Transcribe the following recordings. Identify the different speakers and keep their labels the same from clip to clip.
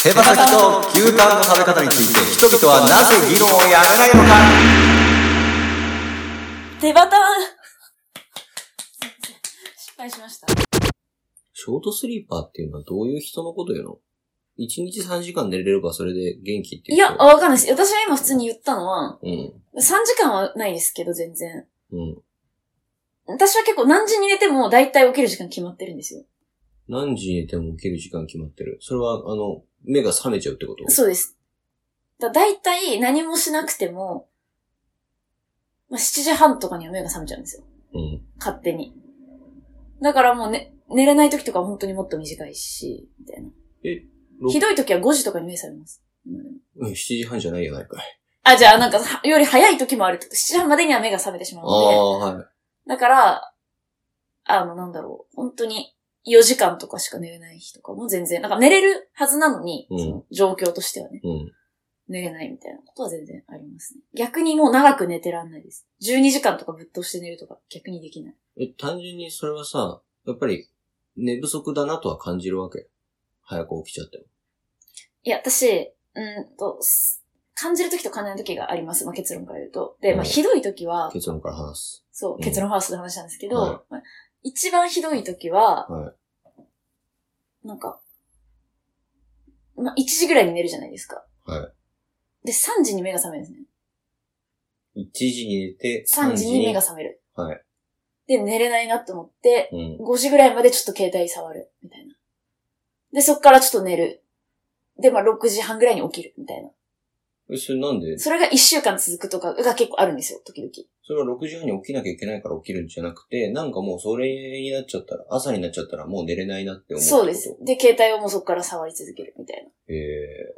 Speaker 1: 手羽先と牛タンの食べ方について人々はなぜ議論をやめないのか
Speaker 2: 手バタン失敗しました。
Speaker 3: ショートスリーパーっていうのはどういう人のこと言うの ?1 日3時間寝れればそれで元気って
Speaker 2: い
Speaker 3: いう人
Speaker 2: や、あわかんないです。私は今普通に言ったのは、
Speaker 3: うん。
Speaker 2: 3時間はないですけど、全然。
Speaker 3: うん。
Speaker 2: 私は結構何時に寝ても大体起きる時間決まってるんですよ。
Speaker 3: 何時に寝ても起きる時間決まってる。それは、あの、目が覚めちゃうってこと
Speaker 2: そうです。だ大体何もしなくても、まあ、7時半とかには目が覚めちゃうんですよ。
Speaker 3: うん。
Speaker 2: 勝手に。だからもうね、寝れない時とかは本当にもっと短いし、みたいな。
Speaker 3: えろ
Speaker 2: ひどい時は5時とかに目覚めます。
Speaker 3: うん。7時半じゃないやないかい。
Speaker 2: あ、じゃあなんかは、より早い時もあるってこと。7時半までには目が覚めてしまう
Speaker 3: あ
Speaker 2: ので。
Speaker 3: あ、はい。
Speaker 2: だから、あの、なんだろう、本当に4時間とかしか寝れない日とかも全然、なんか寝れるはずなのに、
Speaker 3: うん
Speaker 2: その状況としてはね、
Speaker 3: うん。
Speaker 2: 寝れないみたいなことは全然ありますね。逆にもう長く寝てらんないです。12時間とかぶっ通して寝るとか逆にできない。
Speaker 3: え、単純にそれはさ、やっぱり寝不足だなとは感じるわけ。早く起きちゃっても。
Speaker 2: いや、私、うーんと、す感じる時と感じない時があります。まあ、結論から言うと。で、まあ、
Speaker 3: うん
Speaker 2: ひどい時は、
Speaker 3: 結論から話す。
Speaker 2: そうう、
Speaker 3: ん
Speaker 2: 結論ファーストの話なんですけど、
Speaker 3: は
Speaker 2: まあ一番ひどい時は、
Speaker 3: は
Speaker 2: なんか、まあ、1時ぐらいに寝るじゃないですか。
Speaker 3: は
Speaker 2: で、3時に目が覚めるんですね。
Speaker 3: 1時に寝て、
Speaker 2: 3時に目が覚める。
Speaker 3: はい。
Speaker 2: で、寝れないなと思って、
Speaker 3: うん。
Speaker 2: 5時ぐらいまでちょっと携帯触る、みたいな。で、そっからちょっと寝る。で、まあ、6時半ぐらいに起きる、みたいな。
Speaker 3: えそれなんで
Speaker 2: それが1週間続くとかが結構あるんですよ、時々。
Speaker 3: それは6時半に起きなきゃいけないから起きるんじゃなくて、なんかもうそれになっちゃったら、朝になっちゃったらもう寝れないなって思うってこと。
Speaker 2: そうです。で、携帯をもうそっから触り続ける、みたいな。
Speaker 3: ええ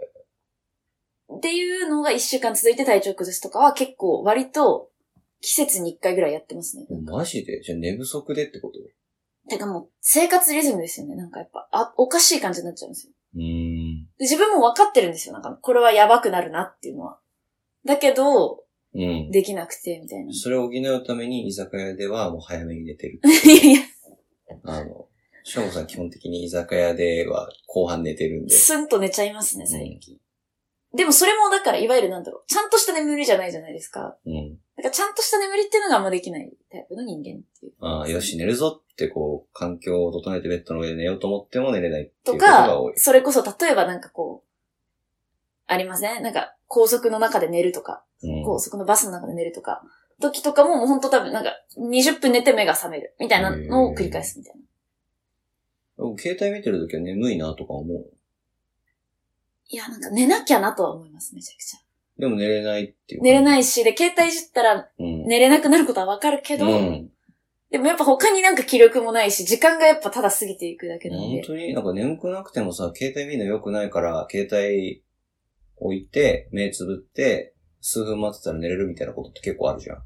Speaker 2: っていうのが一週間続いて体調崩すとかは結構割と季節に一回ぐらいやってますね。
Speaker 3: マジでじゃあ寝不足でってこと
Speaker 2: てかもう生活リズムですよね。なんかやっぱ、あ、おかしい感じになっちゃうんですよ。
Speaker 3: うーん。
Speaker 2: で自分も分かってるんですよ。なんかこれはやばくなるなっていうのは。だけど、
Speaker 3: うん。
Speaker 2: できなくて、みたいな。い
Speaker 3: それを補うために居酒屋ではもう早めに寝てる。
Speaker 2: や いや、
Speaker 3: あの、しょうさん基本的に居酒屋では後半寝てるんで。
Speaker 2: スンと寝ちゃいますね、最近。でもそれもだから、いわゆるなんだろう。ちゃんとした眠りじゃないじゃないですか。
Speaker 3: うん。
Speaker 2: だからちゃんとした眠りっていうのがあんまできないタイプの人間っていう。
Speaker 3: ああ、よし、寝るぞってこう、環境を整えてベッドの上で寝ようと思っても寝れないってい
Speaker 2: と
Speaker 3: うこと
Speaker 2: か
Speaker 3: が多い、。
Speaker 2: それこそ例えばなんかこう、ありませんなんか高速の中で寝るとか、
Speaker 3: うん
Speaker 2: 高速のバスの中で寝るとか、時とかももうほんと多分なんか20分寝て目が覚めるみたいなのを繰り返すみたいな。
Speaker 3: 僕携帯見てるときは眠いなとか思う。
Speaker 2: いや、なんか寝なきゃなとは思います、めちゃくちゃ。
Speaker 3: でも寝れないっていう。。
Speaker 2: 寝れないいし、で、携帯いじったら
Speaker 3: うん。
Speaker 2: 寝れなくなることはわかるけど、
Speaker 3: うん。
Speaker 2: でもやっぱ他になんか気力もないし、時間がやっぱただ過ぎていくだけなん
Speaker 3: 本
Speaker 2: で。
Speaker 3: 当になんか眠くなくてもさ、携帯見るの良くないから、携帯置いて、目つぶって、数分待ってたら寝れるみたいなことって結構あるじゃん。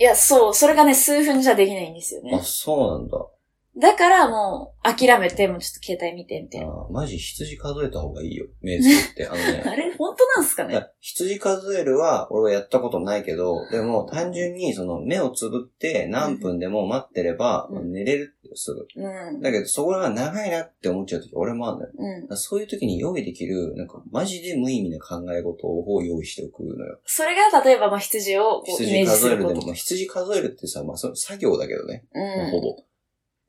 Speaker 2: いや、そう、それがね、数分じゃできないんですよ
Speaker 3: あ、
Speaker 2: ね。
Speaker 3: そうなんだ。
Speaker 2: だからもう、諦めて、もうちょっと携帯見て、みたいな。
Speaker 3: あーマジ羊数えた方がいいよ。目つぶって。あの
Speaker 2: あ
Speaker 3: ね。
Speaker 2: れ、本当なんすか
Speaker 3: だ
Speaker 2: ね
Speaker 3: から羊数えるは、俺はやったことないけど、でも単純にその目をつぶって何分でも待ってれば、
Speaker 2: うん
Speaker 3: まあ寝れるってすぐ。
Speaker 2: うん。
Speaker 3: だけど、そこが長いなって思っちゃうとき、俺もあるんだよ。
Speaker 2: うん
Speaker 3: だ。からそういう時に用意できる、なんか、マジで無意味な考え事を用意しておくのよ。
Speaker 2: それが、例えば、まあ、羊をこうイメ
Speaker 3: 羊
Speaker 2: ージす
Speaker 3: 数え
Speaker 2: る
Speaker 3: る
Speaker 2: こ
Speaker 3: で
Speaker 2: と
Speaker 3: も、まあ、。羊数えるってさ、まあ、その作業だけどね、
Speaker 2: うん。
Speaker 3: ほぼ。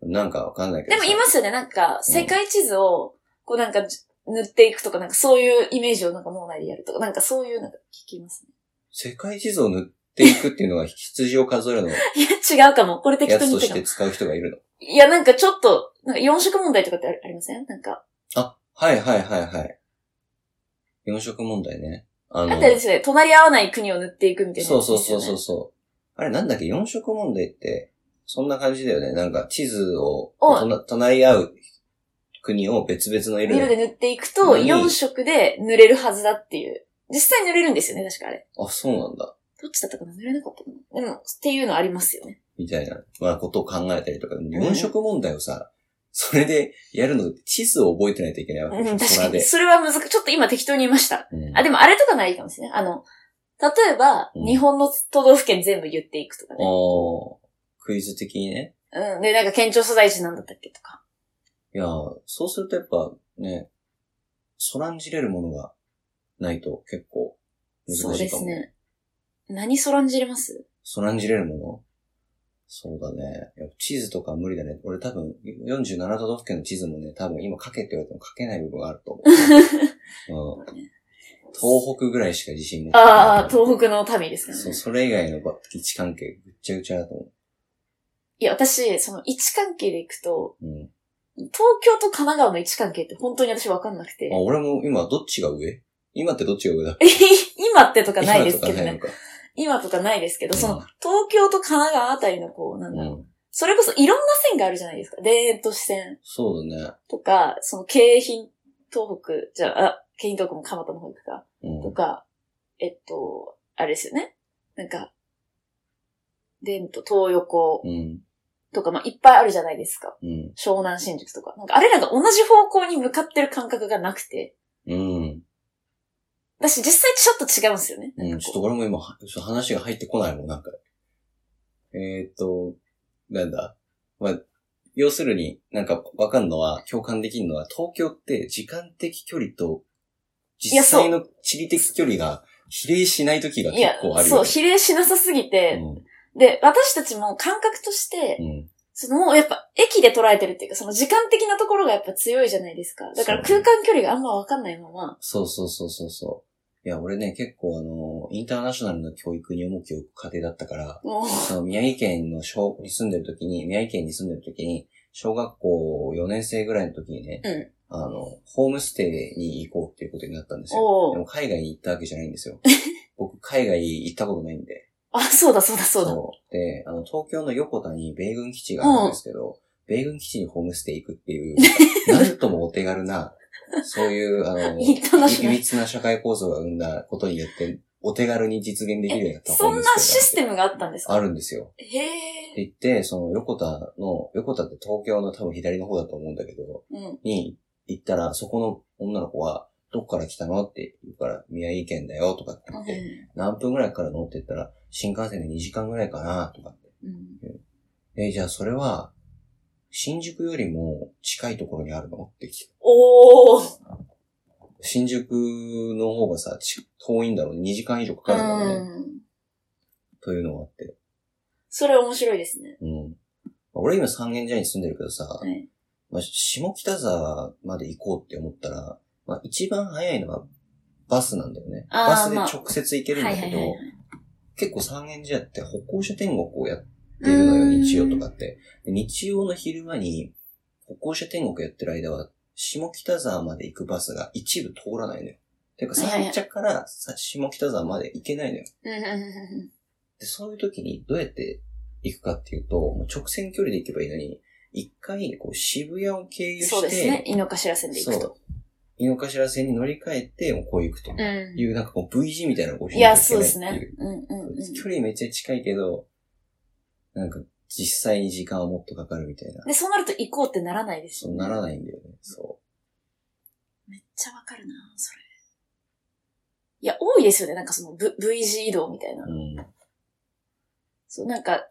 Speaker 3: なんかわかんないけ
Speaker 2: で
Speaker 3: ど
Speaker 2: も
Speaker 3: さ。
Speaker 2: 言いますよね、なんか、世界地図を、こうなんか、じ塗っていくとか、なんかそういうイメージをなんか脳内でやるとか、なんかそういうなんか聞きますね。
Speaker 3: 世界地図を塗っていくっていうのが羊を数えるのや
Speaker 2: いや、違うかも。これ適当
Speaker 3: つ
Speaker 2: に言っ
Speaker 3: と
Speaker 2: て
Speaker 3: し
Speaker 2: か
Speaker 3: て
Speaker 2: も。
Speaker 3: 使う人がいるの。
Speaker 2: いや、なんかちょっと、なんか四色問題とかってありありませんなんか、
Speaker 3: はいはいはいはい。四色問題ね。あ
Speaker 2: あ
Speaker 3: の
Speaker 2: っ、たですね、隣り合わない国を塗っていくみたいな、
Speaker 3: そうそうそうそう。そう。あれなんだっけ四色問題って、そんな感じだよね。なんか地図を
Speaker 2: お
Speaker 3: 隣隣り合う国を別々の色
Speaker 2: 色
Speaker 3: で
Speaker 2: で塗っていくと、
Speaker 3: うん
Speaker 2: 四色で塗れるはずだっていう。実際塗れるんですよね、確かあれ。
Speaker 3: あ、そうなんだ。
Speaker 2: どっちだったかな塗れなかったかなでも、っていうのありますよね。
Speaker 3: みたいな、まあ、ことを考えたりとか、四色問題をさ、それでやるのって地図を覚えてないといけないわけ
Speaker 2: うん、
Speaker 3: で
Speaker 2: 確
Speaker 3: し
Speaker 2: か
Speaker 3: ょ、空で
Speaker 2: に。。それは難しい。ちょっと今適当に言いました。
Speaker 3: うん
Speaker 2: あ、でもあれとかないかもしれない。あの、例えば、
Speaker 3: うん
Speaker 2: 日本の都道府県全部言っていくとかね。
Speaker 3: おークイズ的にね。
Speaker 2: うん。で、なんか県庁所在地なんだったっけとか。
Speaker 3: いやーそうするとやっぱね、そらんじれるものがないと結構難しいか
Speaker 2: そ
Speaker 3: も。
Speaker 2: うですね。何そらんじれ ます
Speaker 3: そらんじれるものそうだね。やっぱ地図とか無理だね。俺多分、47都道府県の地図もね、多分今書けって言われても書けない部分があると思 う。うん、東北ぐらいしか自信持ってない
Speaker 2: ああ、東北の民ですか
Speaker 3: そう、
Speaker 2: ね。
Speaker 3: それ以外のば位置関係ぐっちゃぐちゃだと思
Speaker 2: いや、私、その位置関係でいくと、
Speaker 3: う。うん。
Speaker 2: 東京と神奈川の位置関係って本当に私わかんなくて
Speaker 3: あ、。俺も今どっちが上今ってどっちが上だ
Speaker 2: 今ってとかないですけど
Speaker 3: 今
Speaker 2: ね。
Speaker 3: とか
Speaker 2: 今とかないですけど、
Speaker 3: うん
Speaker 2: その、東京と神奈川あたりのこう、なんだ
Speaker 3: ない
Speaker 2: ろう。
Speaker 3: のか。うん。
Speaker 2: それこそいろんな線があるじゃないですか。田園都市線
Speaker 3: そうだね。
Speaker 2: とか、その、京浜東北、じゃあ、あ京浜東北も蒲田の方行くか。
Speaker 3: うん
Speaker 2: と。か、えっと、あれですよね。なんか、でんと東横
Speaker 3: うん。
Speaker 2: とか、まあ、いっぱいあるじゃないですか。
Speaker 3: うん。
Speaker 2: 湘南新宿とか。なんか、あれらが同じ方向に向かってる感覚がなくて。
Speaker 3: うん。
Speaker 2: 私、実際ちょっと違うんですよね。
Speaker 3: う。
Speaker 2: なんん
Speaker 3: ち
Speaker 2: か
Speaker 3: ょっ
Speaker 2: こと
Speaker 3: 俺も今、ちょっと話が入ってこないもん、なんか。えーっと、なんだ。まあ、要するに、なんか、わかんのは、共感できるのは、東京って時間的距離と、実際の地理的距離が比例しない時が
Speaker 2: うい
Speaker 3: 結
Speaker 2: や
Speaker 3: 構あ、る
Speaker 2: そ
Speaker 3: よ
Speaker 2: う、
Speaker 3: ね。
Speaker 2: 比例しなさすぎて、
Speaker 3: うん
Speaker 2: で、私たちも感覚として、
Speaker 3: うん。
Speaker 2: その、やっぱ、駅で捉えてるっていうか、その時間的なところがやっぱ強いじゃないですか。だから
Speaker 3: そう
Speaker 2: 空間距離があんまわかんないまま、
Speaker 3: そうそうそうそうそう。いや、俺ね、結構あの、インターナショナルの教育に重きを置く家庭だったから、
Speaker 2: もう、
Speaker 3: その宮城県の小、に住んでる時に、宮城県に住んでる時に、小学校4年生ぐらいの時にね、
Speaker 2: うん
Speaker 3: あの、ホームステイに行こうっていうことになったんですよ。
Speaker 2: お
Speaker 3: で
Speaker 2: う
Speaker 3: も海外に行ったわけじゃないんで すよ。僕、海外行ったことないんで。
Speaker 2: あ、そうだそうだそうだ。
Speaker 3: そう。で、あの、東京の横田に米軍基地があるんですけど、米軍基地にホームステイ行くっていう、なんともお手軽な、そういう、あの、
Speaker 2: インターナショナ
Speaker 3: い
Speaker 2: ル
Speaker 3: びつな社会構造が生んだことによって、お手軽に実現できるようになった
Speaker 2: そんなシス
Speaker 3: ム
Speaker 2: テムがあったんですか
Speaker 3: あるんですよ。
Speaker 2: へ
Speaker 3: っ
Speaker 2: え。
Speaker 3: て言って、その横田の、横田って東京の多分左の方だと思うんだけど、
Speaker 2: うん。
Speaker 3: に行ったら、そこの女の子は、どっから来たのって言うから、宮城県だよとかって言って、何分ぐらいから乗ってったら、新幹線で2時間ぐらいかなとかって。
Speaker 2: うん。
Speaker 3: え、じゃあそれは、新宿よりも近いところにあるのって聞く。
Speaker 2: おお。
Speaker 3: 新宿の方がさ、ち遠いんだろうね。2時間以上か
Speaker 2: う
Speaker 3: かるんだろうね。
Speaker 2: ん。
Speaker 3: というのがあって。
Speaker 2: それ面白いですね。
Speaker 3: うん。俺今三軒茶屋に住んでるけどさ、
Speaker 2: はい。
Speaker 3: まあ、下北沢まで行こうって思ったら、まあ、一番早いのはバスなんだよね。
Speaker 2: あー
Speaker 3: バスで
Speaker 2: まあ
Speaker 3: 直接行けるんだけど、
Speaker 2: はいはいはい
Speaker 3: 結構三軒茶屋って歩行者天国をやってるのよ、
Speaker 2: うーん
Speaker 3: 日曜とかって。で日曜の昼間に歩行者天国やってる間は、下北沢まで行くバスが一部通らないのよ。ていうか、
Speaker 2: はいはいは
Speaker 3: 三
Speaker 2: い
Speaker 3: 茶からさ下北沢まで行けないのよ。
Speaker 2: うんうんうん
Speaker 3: で、そういう時にどうやって行くかっていうと、もう直線距離で行けばいいのに、一回、こう、渋谷を経
Speaker 2: う
Speaker 3: 由
Speaker 2: ん。
Speaker 3: して、
Speaker 2: そうですね。井の頭線で行くと。
Speaker 3: 井の頭線に乗り換えて、もうこう行くと
Speaker 2: う
Speaker 3: い
Speaker 2: ん。
Speaker 3: う、なんかこう V 字みたいなのをこ
Speaker 2: いや、そうです
Speaker 3: って
Speaker 2: ね
Speaker 3: いう。。
Speaker 2: うんうんうん。
Speaker 3: 距離めっちゃ近いけど、なんか実際に時間はもっとかかるみたいな。
Speaker 2: で、そうなると行こうってならないです
Speaker 3: そ
Speaker 2: よ
Speaker 3: う
Speaker 2: ね。
Speaker 3: ならないんだよね。そ
Speaker 2: めっちゃわかるなそれ。いや、多いですよね。なんかその、v、V 字移動みたいな
Speaker 3: う。。うん。
Speaker 2: そう、なんか、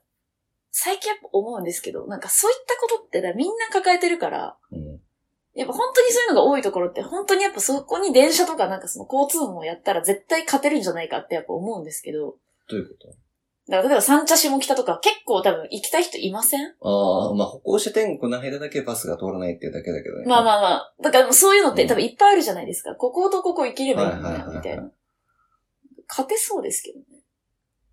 Speaker 2: 最近やっぱ思うんですけど、なんかそういったことってだみんな抱えてるから、
Speaker 3: うん。
Speaker 2: やっぱ本当にそういうのが多いところって、本当にやっぱそこに電車とかなんかその交通網をやったら絶対勝てるんじゃないかってやっぱ思うんですけど、
Speaker 3: どういうこ
Speaker 2: だから例えば三茶下北とか結構多分行きたい人いません
Speaker 3: とああ、まあ歩行者天国の間だけバスが通らないっていうだけだけどね。
Speaker 2: まあまあまあ。だからそういうのっ
Speaker 3: う
Speaker 2: て
Speaker 3: ん
Speaker 2: 多分いっぱいあるじゃないですか。こことここ行ければいいん
Speaker 3: はい
Speaker 2: だ
Speaker 3: はいはいはい
Speaker 2: よ、みたいな。勝てそうですけどね。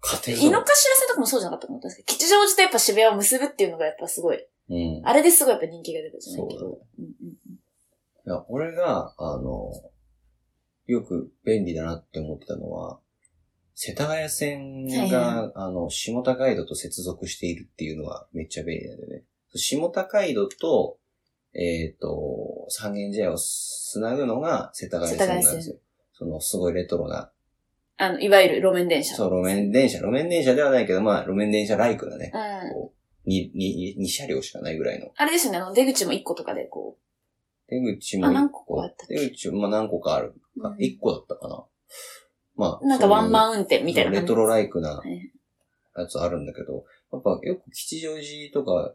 Speaker 3: 勝て
Speaker 2: 井
Speaker 3: そ
Speaker 2: の
Speaker 3: う。
Speaker 2: 頭線とかもそうじゃなかったかな確か吉祥寺とやっぱ渋谷を結ぶっていうのがやっぱすごい、
Speaker 3: うん。
Speaker 2: あれですごいやっぱ人気が出たじゃないけ
Speaker 3: そう
Speaker 2: ど。うんうん
Speaker 3: いや、俺が、あの、よく便利だなって思ってたのは、世田谷線
Speaker 2: はい
Speaker 3: が、あの、下高井戸と接続しているっていうのはめっちゃ便利なんだよね。下高井戸と、えっ、と、三軒茶屋をつなぐのが世田谷線なんです
Speaker 2: 世
Speaker 3: よ。その、すごいレトロな、
Speaker 2: あの、いわゆる路面電車。
Speaker 3: そう、路面電車、路面電車ではないけど、まあ、路面電車ライクだね。
Speaker 2: うん。
Speaker 3: に、に、2車両しかないぐらいの。
Speaker 2: あれですよね、あの、出口も1個とかでこ
Speaker 3: 出口も
Speaker 2: あ
Speaker 3: 一
Speaker 2: 何個
Speaker 3: 個
Speaker 2: あったっけ
Speaker 3: 出口も、まあ、何個かある。
Speaker 2: う。
Speaker 3: あ一個だったかな。まあ、
Speaker 2: なんかワンマ
Speaker 3: ン
Speaker 2: ン運転みたいな。
Speaker 3: レトロライクな
Speaker 2: はい
Speaker 3: やつあるんだけど、やっぱよく吉祥寺とか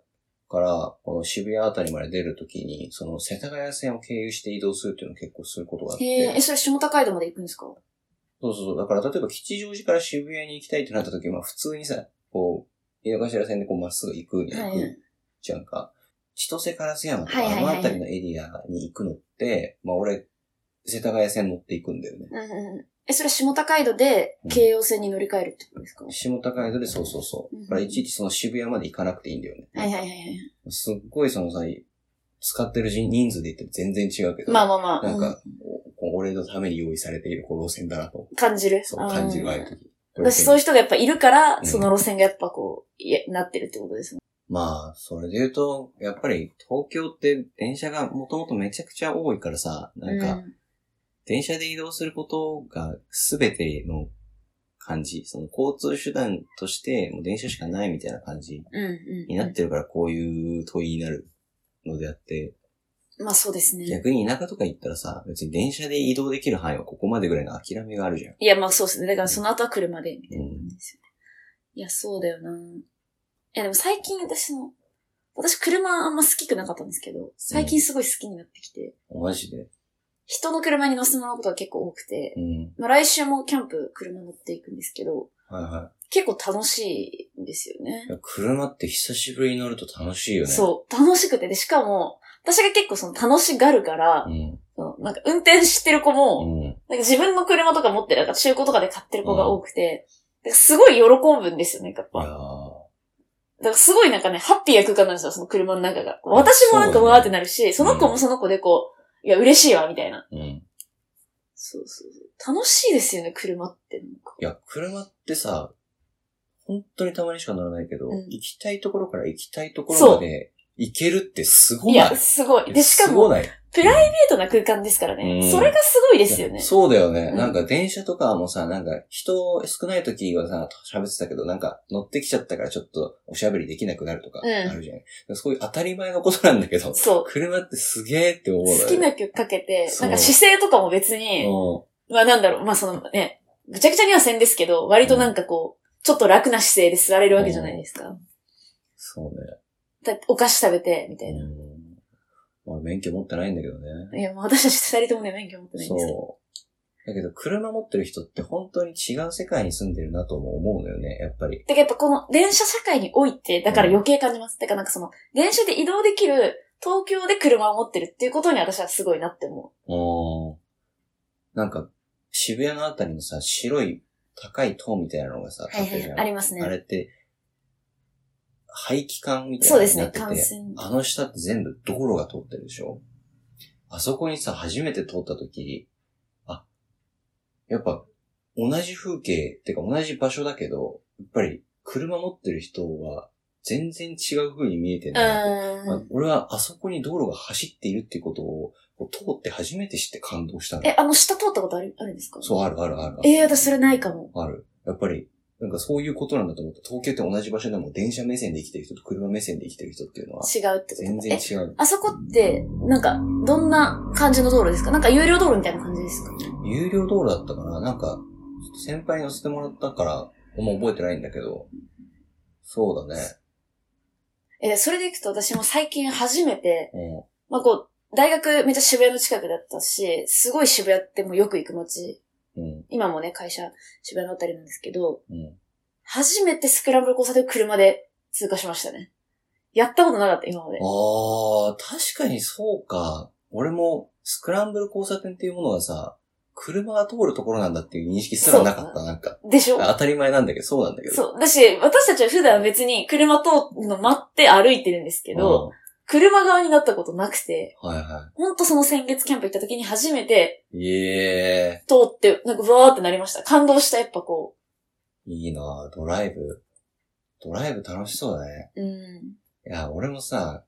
Speaker 3: から、この渋谷あたりまで出るときに、その世田谷線を経由して移動するっていうのを結構することがあっ
Speaker 2: へえ、
Speaker 3: て
Speaker 2: え、、それ下高井戸まで行くんですか
Speaker 3: そうそうそう。だから例えば吉祥寺から渋谷に行きたいってなったとき、まあ普通にさ、こう、井の頭線でこうまっすぐ行くには行
Speaker 2: はいは
Speaker 3: くじゃんか。千歳烏山と
Speaker 2: はいは
Speaker 3: か、
Speaker 2: い
Speaker 3: あ
Speaker 2: はい
Speaker 3: のあたりのエリアに行くのって、まあ俺、世田谷線乗っていくんだよね。
Speaker 2: うんうん。え、それ下高井戸で京葉線に乗り換えるってことですか、
Speaker 3: 下高井戸でそうそうそうう。
Speaker 2: ん
Speaker 3: だからいちいちその渋谷まで行かなくていいんだよね。
Speaker 2: はいはいはいはい。
Speaker 3: すっごいそのさ、使ってる人人数で言っても全然違うけど。
Speaker 2: まあまあまあ。
Speaker 3: なん
Speaker 2: うん
Speaker 3: か、こう俺のために用意されているこう路線だなと、
Speaker 2: 感じる。
Speaker 3: そう感じるああいう時。
Speaker 2: うん私、そういう人がやっぱいるから、
Speaker 3: うん
Speaker 2: その路線がやっぱこう、いやなってるってことですね。
Speaker 3: まあ、それで言うと、やっぱり東京って電車がもともとめちゃくちゃ多いからさ、なん
Speaker 2: う
Speaker 3: か、電車で移動することが全ての感じ、その交通手段としてもう電車しかないみたいな感じ
Speaker 2: うんうん。
Speaker 3: になってるからこういう問いになるのであって、
Speaker 2: まあそうですね。
Speaker 3: 逆に田舎とか行ったらさ、別に電車で移動できる範囲はここまでぐらいの諦めがあるじゃん。
Speaker 2: いや、まあそうですね。だからその後は車で、みたいな
Speaker 3: うん
Speaker 2: 感じですよね。いや、そうだよな。いや、でも最近私の、私車あんま好きくなかったんですけど、最近すごい好きになってきて、
Speaker 3: マジで。
Speaker 2: 人の車に乗せてもらうことが結構多くて、
Speaker 3: うん。
Speaker 2: まあ来週もキャンプ車乗っていくんですけど、
Speaker 3: はいは
Speaker 2: 結構楽しいんですよね
Speaker 3: い。い。や車って久しぶりに乗ると楽しいよね。
Speaker 2: そう、楽しくて。で、しかも、私が結構その楽しがるから、
Speaker 3: うん。
Speaker 2: そのなんか運転してる子も、
Speaker 3: うん。
Speaker 2: なんか自分の車とか持ってる、なんか中古とかで買ってる子が多くて、だからすごい喜ぶんですよね、やっ
Speaker 3: いや
Speaker 2: ぱ。
Speaker 3: ー
Speaker 2: だからすごいなんかね、ハッピーな空間なんですよ、その車の中が。私もなんか
Speaker 3: そうだね
Speaker 2: わーってなるし、その子もその子でこう、いや、嬉しいわ、みたいな。
Speaker 3: うん。
Speaker 2: そうそうそう。楽しいですよね、車って。なんか
Speaker 3: いや、車ってさ、本当にたまにしか乗らないけど、
Speaker 2: うん
Speaker 3: 行きたいところから行きたいところまで行けるってすご
Speaker 2: い
Speaker 3: ない
Speaker 2: や、すごい。
Speaker 3: い
Speaker 2: で、しか
Speaker 3: すご
Speaker 2: も、
Speaker 3: ない
Speaker 2: プライベートな空間ですからね。
Speaker 3: うん
Speaker 2: それがすごいですよね。
Speaker 3: そうだよね。
Speaker 2: うん
Speaker 3: なんか電車とかもさ、なんか人少ない時はさ、喋ってたけど、なんか乗ってきちゃったからちょっとおしゃべりできなくなるとか
Speaker 2: うん
Speaker 3: あるじゃない、そういう当たり前のことなんだけど、
Speaker 2: そう。
Speaker 3: 車ってすげえって思うのよね
Speaker 2: 好きな曲かけて、
Speaker 3: そ
Speaker 2: な
Speaker 3: うん
Speaker 2: か姿勢とかも別に、
Speaker 3: う
Speaker 2: まあなんだろう、まあそのね、ぐちゃぐちゃにはせんですけど、割となんかこう、ちょっと楽な姿勢で座れるわけじゃないですか。
Speaker 3: んそう
Speaker 2: だお菓子食べて、みたい
Speaker 3: ね。
Speaker 2: な。
Speaker 3: うん。俺免許持ってないんだけどね。
Speaker 2: いや、もう私たち二人ともね、免許持ってないんですよ。
Speaker 3: そう。だけど、車持ってる人って本当に違う世界に住んでるなとも思うのよね、やっぱり。
Speaker 2: だからやっぱこの電車社会において、だから余計感じます。だからなんかその、電車で移動できる、東京で車を持ってるっていうことに私はすごいなって思
Speaker 3: うん。なんか、渋谷のあたりのさ、白い高い塔みたいなのがさ、
Speaker 2: う。はい
Speaker 3: 立って
Speaker 2: は
Speaker 3: るじゃ
Speaker 2: い。
Speaker 3: ん
Speaker 2: ありますね
Speaker 3: あ。れって、排気管みたいな
Speaker 2: そう
Speaker 3: の
Speaker 2: です
Speaker 3: にな
Speaker 2: ね
Speaker 3: っ、て
Speaker 2: 感
Speaker 3: て、
Speaker 2: 染。
Speaker 3: あの下って全部道路が通ってるでしょあそこにさ、初めて通った時、あ、やっぱ、同じ風景、ってか同じ場所だけど、やっぱり、車持ってる人は、全然違う風に見えて
Speaker 2: う
Speaker 3: るま
Speaker 2: ー
Speaker 3: あ
Speaker 2: ん。
Speaker 3: 俺はあそこに道路が走っているっていうことを、こう通って初めて知って感動したの
Speaker 2: え、あの下通ったことあるあるんですか
Speaker 3: そう、あるあるあるある。
Speaker 2: ええ私それないかも。
Speaker 3: ある。やっぱり、なんかそういうことなんだと思って、東京って同じ場所でも電車目線で生きてる人と車目線で生きてる人っていうのは、
Speaker 2: 違うってこと
Speaker 3: 全然
Speaker 2: え
Speaker 3: 違う。
Speaker 2: あそこって、なんか、どんな感じの道路ですかなんか有料道路みたいな感じですか
Speaker 3: 有料道路だったかななんか、ちょっと先輩に乗せてもらったから、もう覚えてないんだけど、そうだね。
Speaker 2: えーそれでいくと私も最近初めて、
Speaker 3: うん。
Speaker 2: まあ、こう、大学めっちゃ渋谷の近くだったし、すごい渋谷ってもうよく行く街。
Speaker 3: うん。
Speaker 2: 今もね、会社渋谷のあたりなんですけど、
Speaker 3: うん。
Speaker 2: 初めてスクランブル交差点を車で通過しましたね。やったことなかった、今まで。
Speaker 3: あー、確かにそうか。俺も、スクランブル交差点っていうものがさ、車が通るところなんだっていう認識すらなかった、なんか。
Speaker 2: でしょ
Speaker 3: あ当たり前なんだけど、そうなんだけど。う。
Speaker 2: そう。だし、私たちは普段別に車通るの待って歩いてるんですけど、、車側になったことなくて、
Speaker 3: はいは
Speaker 2: ほんとその先月キャンプ行った時に初めて、
Speaker 3: い。いえ
Speaker 2: 通って、なんかブワーってなりました。感動した、やっぱこ
Speaker 3: ー、いいなドライブ。ドライブ楽しそうだね。
Speaker 2: う。うん。
Speaker 3: いや、俺もさ、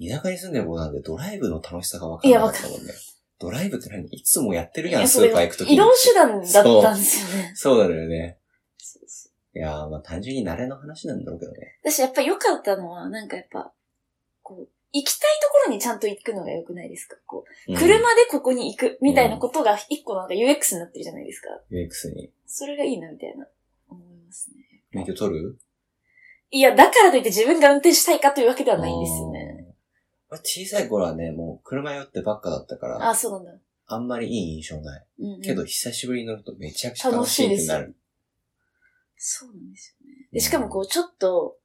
Speaker 3: 田舎に住んでる子なんでドライブの楽しさが分か
Speaker 2: い
Speaker 3: ん
Speaker 2: や
Speaker 3: なかったもんね。ドライブって何いつもやってるや
Speaker 2: い
Speaker 3: ん、
Speaker 2: や
Speaker 3: ス
Speaker 2: それ
Speaker 3: ーパー行くとき
Speaker 2: 移動手段だったんですよね。
Speaker 3: そうなのよね。
Speaker 2: そうそう
Speaker 3: いやー、まあ単純に慣れの話なんだろうけどね。
Speaker 2: 私やっぱ良かったのは、なんかやっぱ、こう、行きたいところにちゃんと行くのが良くないですかこう、
Speaker 3: うん、
Speaker 2: 車でここに行くみたいなことが一個なんか UX になってるじゃないですか。
Speaker 3: UX に。
Speaker 2: それがいいな、みたいな、思いますね。
Speaker 3: 免許取る
Speaker 2: いや、だからといって自分が運転したいかというわけではないんですよね。
Speaker 3: あー。俺小さい頃はね、もう車酔ってばっかだったか
Speaker 2: あ
Speaker 3: ら、
Speaker 2: あ、そうなんだ。
Speaker 3: あんまりいい印象ない。
Speaker 2: うん、うん。
Speaker 3: けど、久しぶりに乗るとめちゃくちゃ楽しいってなる。
Speaker 2: そうなんですよね。で、しかもこう、ちょっと、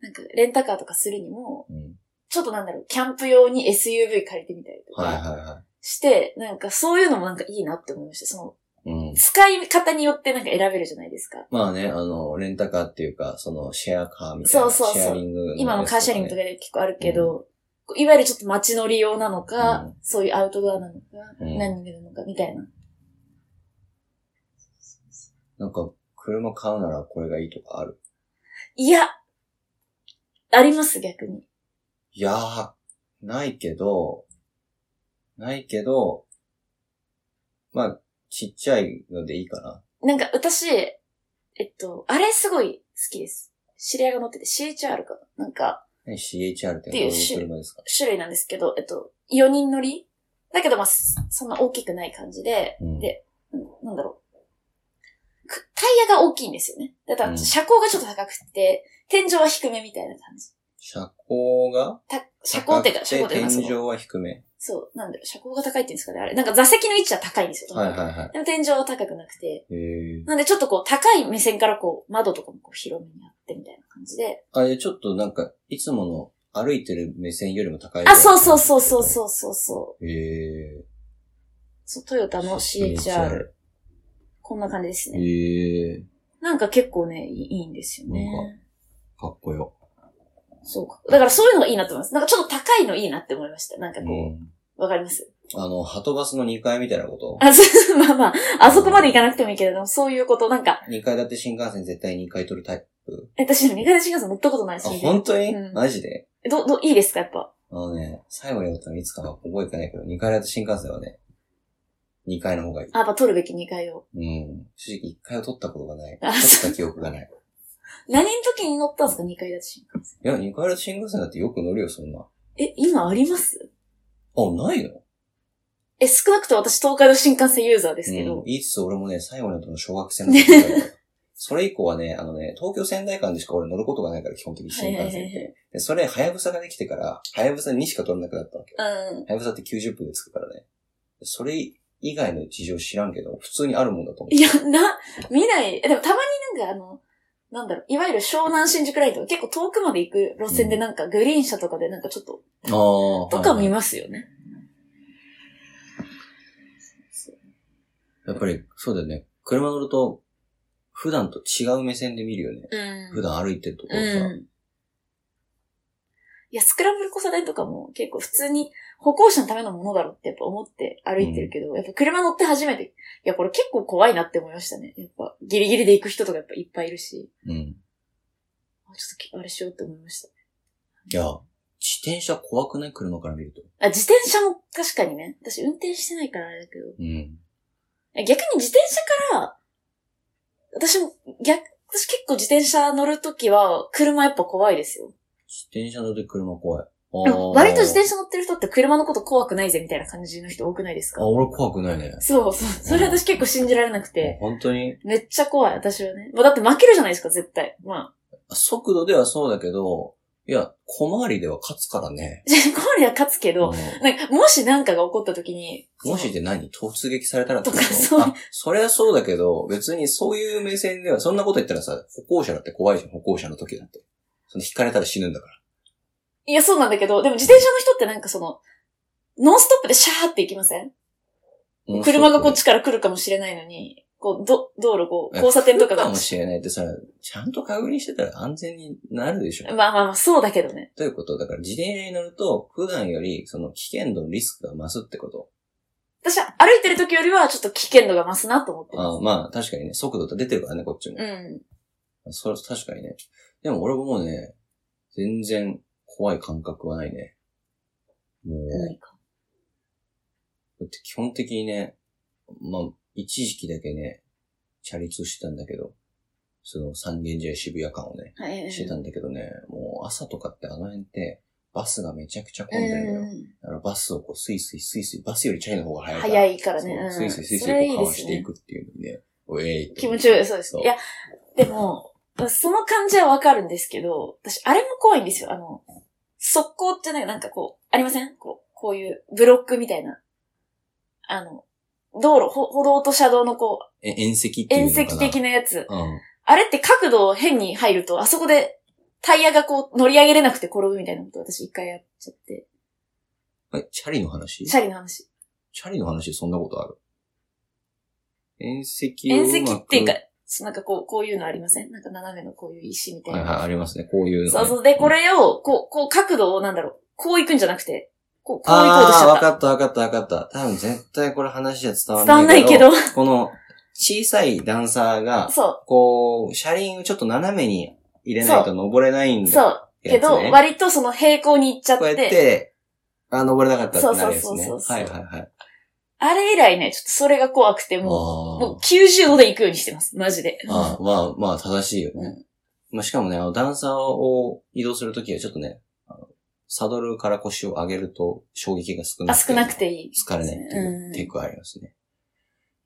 Speaker 2: なんか、レンタカーとかするにも、
Speaker 3: うん。
Speaker 2: ちょっとなんだろう、キャンプ用に SUV 借りてみたりと
Speaker 3: はい
Speaker 2: か
Speaker 3: はいは
Speaker 2: して、なんかそういうのもなんかいいなって思いました。その、
Speaker 3: い。うん。
Speaker 2: 使い方によってなんか選べるじゃないですか。
Speaker 3: まあね、あの、レンタカーっていうか、その、シェアカーみたいな。
Speaker 2: そうそうそう
Speaker 3: シェアリングのやつとかね、
Speaker 2: 今のカーシェアリングとかで結構あるけど、こういわゆるちょっと街乗り用なのか、
Speaker 3: うん
Speaker 2: そういうアウトドアなのか、
Speaker 3: うん
Speaker 2: 何人でなのかみたいな。
Speaker 3: なんか、車買うならこれがいいとかある。
Speaker 2: いや、あります逆に。
Speaker 3: いやー、ないけど、ないけど、まあ、ちっちゃいのでいいかな。
Speaker 2: なんか私、えっと、あれすごい好きです。知り合いが乗ってて CHR かななんか、
Speaker 3: 何 CHR って
Speaker 2: ってい
Speaker 3: ど
Speaker 2: う
Speaker 3: ういう車ですか
Speaker 2: 種類なんですけど、えっと、4人乗りだけど、まあ、すそんな大きくない感じで、
Speaker 3: うん
Speaker 2: で、うんなんだろう。くタイヤが大きいんですよね。だか
Speaker 3: う
Speaker 2: ら、
Speaker 3: ん
Speaker 2: 車高がちょっと高くて、天井は低めみたいな感じ。
Speaker 3: 車高が
Speaker 2: た車高っていうか、車高
Speaker 3: 高
Speaker 2: っ
Speaker 3: く
Speaker 2: ていうか、
Speaker 3: 天井
Speaker 2: その
Speaker 3: は低め。
Speaker 2: そう、なんだろう、車高が高いっていうんですかね、あれ。なんか座席の位置は高いんですよ。
Speaker 3: はいはいは
Speaker 2: でも天井は高くなくて。
Speaker 3: い。へー
Speaker 2: なんで、ちょっとこう、高い目線からこう、窓とかもこう、広めにあってみたいな感じで。
Speaker 3: あ、いやちょっとなんか、いつもの歩いてる目線よりも高い。
Speaker 2: あ、そうそうそうそうそうそうそう。
Speaker 3: う。へえ。
Speaker 2: そう、トヨタの CHR。。こんな感じですね。
Speaker 3: へえ。
Speaker 2: なんか結構ね、いいいいんですよね。
Speaker 3: かっこよ。
Speaker 2: そうか。だからそういうのがいいなと思います。なんかちょっと高いのいいなって思いました。なんか
Speaker 3: う
Speaker 2: こ
Speaker 3: ん。
Speaker 2: う、わ、かります
Speaker 3: あの、ハトバスの2階みたいなこと
Speaker 2: あ、そう、まあまあ、あそこまで行かなくてもいいけれども、そういうこと、なんか、
Speaker 3: ?2 階だって新幹線絶対2階取るタイプ。
Speaker 2: 私でも苦手新幹線乗ったことない
Speaker 3: あ、
Speaker 2: し、
Speaker 3: 本当に
Speaker 2: うん
Speaker 3: マジで
Speaker 2: ど、ど、いいですかやっぱ。
Speaker 3: あのね、最後にやったのいつかは覚えてないけど、2階だって新幹線はね、2階の方がいい。
Speaker 2: あやっぱ取るべき2回を。
Speaker 3: うん。正直1階を取ったことがない。
Speaker 2: あ
Speaker 3: 取った記憶がない。
Speaker 2: 何の時に乗ったんですか ?2 回だし。
Speaker 3: いや、2階だって新幹線だってよく乗るよ、そんな。あ、
Speaker 2: え、今あります
Speaker 3: ないの
Speaker 2: え、少なくとも私東海道新幹線ユーザーですけ
Speaker 3: う
Speaker 2: ど
Speaker 3: ん。。言いつつ俺もね、最後のとの小学生の 時だから。それ以降はね、あのね、東京仙台間でしか俺乗ることがないから、基本的に
Speaker 2: はい
Speaker 3: 新
Speaker 2: はい
Speaker 3: 幹
Speaker 2: はい
Speaker 3: 線
Speaker 2: は
Speaker 3: って。
Speaker 2: い。
Speaker 3: で、それ、はやぶさができてから、はやぶさにしか取れなくなったわけよ。
Speaker 2: うん。
Speaker 3: はやぶさって90分で着くからね。それ以外の事情知らんけど、普通にあるもんだと思
Speaker 2: いや、な、見ない。えでもたまになんかあの、なんだろう、いわゆる湘南新宿ラインとか結構遠くまで行く路線でなんかグリーン車とかでなんかちょっと、
Speaker 3: う。あ
Speaker 2: とか見ますよね。
Speaker 3: やっぱり、そうだよね。車乗ると、普段と違う目線で見るよね。
Speaker 2: うん。
Speaker 3: 普段歩いてるところさ。
Speaker 2: うん。いや、スクランブル交差点とかも結構普通に歩行者のためのものだろうってやっぱ思って歩いてるけど、やっぱ車乗って初めて、いや、これ結構怖いなって思いましたね。やっぱギリギリで行く人とかやっぱいっぱいいるし、
Speaker 3: うん。
Speaker 2: あちょっときあれしようって思いました。
Speaker 3: いや、自転車怖くない車から見ると。
Speaker 2: あ、自転車も確かにね。私運転してないからあれだけど。
Speaker 3: うん。
Speaker 2: 逆に自転車から、私も、逆、私結構自転車乗るときは、車やっぱ怖いですよ。
Speaker 3: 自転車乗って車怖い。
Speaker 2: でも割と自
Speaker 3: 車
Speaker 2: 転車乗ってる人って車のこと怖くないぜみたいな感じの人多くないですか
Speaker 3: あ、俺怖くないね。
Speaker 2: そうそう。それ私結構信じられなくて。
Speaker 3: 本当に、
Speaker 2: めっちゃ怖い、私はね。もうだって負けるじゃないですか、絶対。まあ。
Speaker 3: 速度ではそうだけど、いや、小回りでは勝つからね。
Speaker 2: 怖いは勝つけど、
Speaker 3: うん
Speaker 2: なんか、もしなんかが起こったときに、
Speaker 3: もしで何突撃されたらってこと
Speaker 2: とかそう
Speaker 3: あ、それはそうだけど、別にそういう目線では、そんなこと言ったらさ、歩行者だって怖いじゃん、歩行者の時だって。その、引かれたら死ぬんだから。
Speaker 2: いや、そうなんだけど、でも自転車の人ってなんかその、ノンストップでシャーって行きません
Speaker 3: うん
Speaker 2: 車がこっ
Speaker 3: そう
Speaker 2: ちから来るかもしれないのに、こう、ど、道路、こう、
Speaker 3: え
Speaker 2: 交差点とか
Speaker 3: だね
Speaker 2: が
Speaker 3: かも。しれないってさ、ちゃんと確認してたら安全になるでしょ。
Speaker 2: まあまあまあ、そうだけどね。
Speaker 3: ということ、だから自転車に乗ると、普段より、その、危険度のリスクが増すってこと。
Speaker 2: 私は歩いてる時よりはちょっと危険度が増すなと思って
Speaker 3: あ
Speaker 2: ま
Speaker 3: まあ、確かにね、速度って出てるからね、こっちも
Speaker 2: す。。うん。
Speaker 3: それ確かにね。でも俺ももうね、全然怖い感覚はないね。もう、
Speaker 2: ないか。
Speaker 3: だって基本的にね、まあ、一時期だけね、チャリ通してたんだけど、その三軒茶屋渋谷間をね、
Speaker 2: はい。うん
Speaker 3: してたんだけどね、もう朝とかってあの辺って、バスがめちゃくちゃ混んでるのよ。
Speaker 2: うん。
Speaker 3: だからバスをこう、スイスイスイスイ、バスよりチャリの方が早いから。
Speaker 2: 早いからね。。
Speaker 3: そううんスイスイスイス
Speaker 2: それ
Speaker 3: イ
Speaker 2: いい
Speaker 3: こ
Speaker 2: で
Speaker 3: う、かわ
Speaker 2: す
Speaker 3: してい
Speaker 2: ね。
Speaker 3: くっていうのね、おえいって
Speaker 2: 気持ちよい、そうです。
Speaker 3: そう
Speaker 2: いや、でも、その感じはわかるんですけど、私、あれも怖いんですよ。あの、速攻ってね、なんかこう、ありませんこう、こういうブロックみたいな。あの、道路、ほ歩道と車道のこう、
Speaker 3: え、遠石っていう
Speaker 2: 遠
Speaker 3: のかな。
Speaker 2: 石的なやつ。
Speaker 3: うん。
Speaker 2: あれって角度変に入ると、あそこでタイヤがこう乗り上げれなくて転ぶみたいなこと私一回やっちゃって。
Speaker 3: え、チャリの話
Speaker 2: シャリの話。
Speaker 3: チャリの話そんなことある遠石を
Speaker 2: 遠
Speaker 3: うまく。
Speaker 2: 石っていうか、そうなんかこう、こういうのありませんなんか斜めのこういう石みたい
Speaker 3: はい
Speaker 2: な。
Speaker 3: はい、ありますね。こういうのね。
Speaker 2: そうそう。で、これを、こう、こう角度をなんだろう。こう行くんじゃなくて、こう、こう行こうとしち
Speaker 3: ああ、
Speaker 2: ゃ
Speaker 3: わ
Speaker 2: っ
Speaker 3: か
Speaker 2: た。
Speaker 3: ったわかったわかった。多分絶対これ話じゃ伝わ
Speaker 2: 伝
Speaker 3: らな
Speaker 2: わんないい
Speaker 3: け
Speaker 2: け
Speaker 3: ど。
Speaker 2: ど。
Speaker 3: この小さい段差が、
Speaker 2: そ
Speaker 3: こう、車輪をちょっと斜めに入れないと登れないん
Speaker 2: う。
Speaker 3: だ
Speaker 2: そう。けど、
Speaker 3: やつね
Speaker 2: 割とその平行に行っちゃっ、
Speaker 3: こうやってて、あ、登れなかったってなるやつね。
Speaker 2: そうそうそうそう
Speaker 3: はいはいはい。
Speaker 2: あれ以来ね、ちょっとそれが怖くて、もう、もう
Speaker 3: も
Speaker 2: 90度で行くようにしてます。マジで。
Speaker 3: ああ、まあまあ正しいよね。まあしかもね、あの段差を移動するときはちょっとね、あのサドルから腰を上げると衝撃が少な
Speaker 2: あ、
Speaker 3: くて。
Speaker 2: 少なくていい。
Speaker 3: 疲れないっていうテクありますね。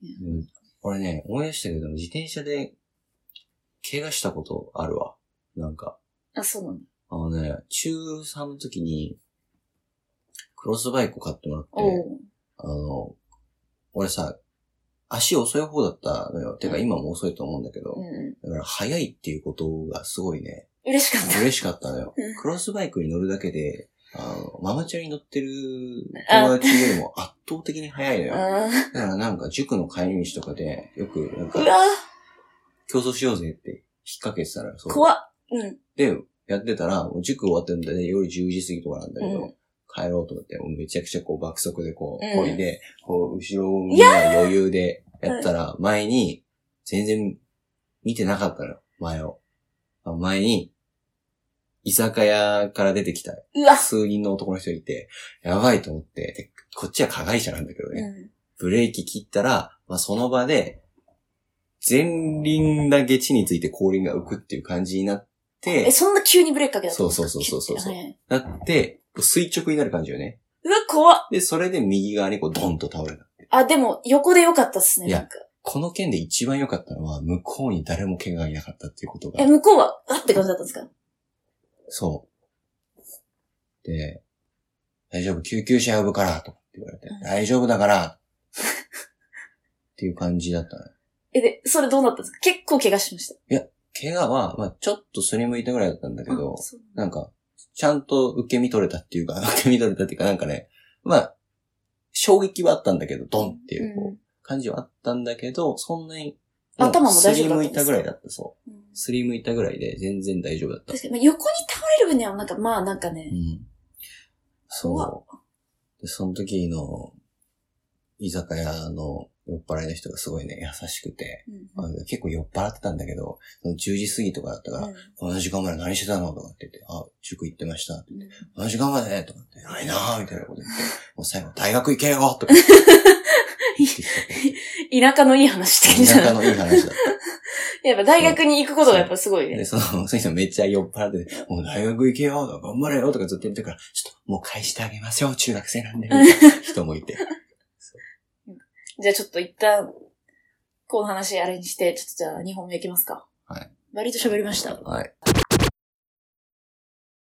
Speaker 2: う
Speaker 3: うん、俺ね、思い出したけど、自転車で怪我したことあるわ。なんか、
Speaker 2: あ、そうなんだ。
Speaker 3: あのね、中3の時に、クロスバイクを買ってもらって、
Speaker 2: おう
Speaker 3: あの、俺さ、足遅い方だったのよ。てか今も遅いと思うんだけど、
Speaker 2: うんう
Speaker 3: だから速いっていうことがすごいね、
Speaker 2: ん。嬉しかった。
Speaker 3: 嬉しかったのよ
Speaker 2: うん。
Speaker 3: クロスバイクに乗るだけで、あの、ママチャリに乗ってる友達よりも圧倒的に速いのよ。
Speaker 2: あー
Speaker 3: だからなんか塾の帰り道とかで、よくなん
Speaker 2: う
Speaker 3: か、
Speaker 2: わ
Speaker 3: 競争しようぜって引っ掛けてたら、そ
Speaker 2: ー
Speaker 3: う
Speaker 2: 怖っ。うん。
Speaker 3: で、やってたら、もう塾終わってんだね、夜10時過ぎとかなんだけど、
Speaker 2: う
Speaker 3: 帰ろうと思って、もうめちゃくちゃこう爆速でこ
Speaker 2: う
Speaker 3: う、
Speaker 2: ん
Speaker 3: こいで、こう、後ろを見ない余裕でやったら、前に、全然見てなかったのよ、前を。あ前に、居酒屋から出てきた
Speaker 2: うわ。
Speaker 3: 数人の男の人がいて、やばいと思って、でこっちは加害者なんだけどね。
Speaker 2: うん
Speaker 3: ブレーキ切ったら、まあ、その場で、前輪だけ地について後輪が浮くっていう感じになって
Speaker 2: え、、そんな急にブレーキかけたの
Speaker 3: そうそうそうそうそうそう
Speaker 2: はい
Speaker 3: なって、垂直になる感じよね。
Speaker 2: うわ、怖っ。
Speaker 3: で、それで右側にこうドンと倒れた。
Speaker 2: あ、でも、横でよかったっすね、
Speaker 3: いや
Speaker 2: なんか。
Speaker 3: この件で一番良かったのは、向こうに誰も怪我がいなかったっていうことが
Speaker 2: え、、向こうは、あって感じだったんですか
Speaker 3: そう。で、大丈夫、救急車呼ぶから、とかって言われて
Speaker 2: うん、
Speaker 3: 大丈夫だから、っていう感じだったのよ
Speaker 2: え、で、それどうなったんですか結構怪我しました。
Speaker 3: 怪我は、まあちょっとすりむいたぐらいだったんだけど
Speaker 2: あ、そう
Speaker 3: なんか、ちゃんと受け身取れたっていうか、 受け身取れたっていうか、なんかね、まあ、衝撃はあったんだけど、ドンっていうこ
Speaker 2: う
Speaker 3: う感じはあったんだけど、そんなに、
Speaker 2: 頭も大丈夫だったん
Speaker 3: すりむ
Speaker 2: ですか
Speaker 3: いたぐらいだった、そう。
Speaker 2: んうん
Speaker 3: すりむいたぐらいで、全然大丈夫だった。
Speaker 2: 確かに、まあ、横に倒れる分には、なんか、まあ、なんか
Speaker 3: う
Speaker 2: ね、
Speaker 3: ん。そう。で、その時の、居酒屋の酔っ払いの人がすごいね、優しくて、
Speaker 2: うん
Speaker 3: あ結構酔っ払ってたんだけど、その10時過ぎとかだったから、
Speaker 2: う
Speaker 3: この時間まで何してたのとかって言って、あ、塾行ってました。
Speaker 2: ん
Speaker 3: この時間までとかって、ないなーみたいなこと言って、もう最後、大学行けよとか言って言ってき
Speaker 2: 田舎のいい話してるじ
Speaker 3: た。
Speaker 2: ゃ
Speaker 3: 田舎
Speaker 2: ない
Speaker 3: のいい話だっ
Speaker 2: やっぱ大学に行くことがやっぱすごい
Speaker 3: た。で、
Speaker 2: ね。
Speaker 3: その、 その人めっちゃ酔っ払ってて、もう大学行けよとか、頑張れよとかずっと言ってるから、ちょっともう返してあげますよ、中学生なんで、みたいな人もいて。
Speaker 2: じゃあちょっと一旦、この話あれにして、ちょっとじゃあ2本目いきますか。
Speaker 3: はい。
Speaker 2: 割と喋りました。
Speaker 3: はい。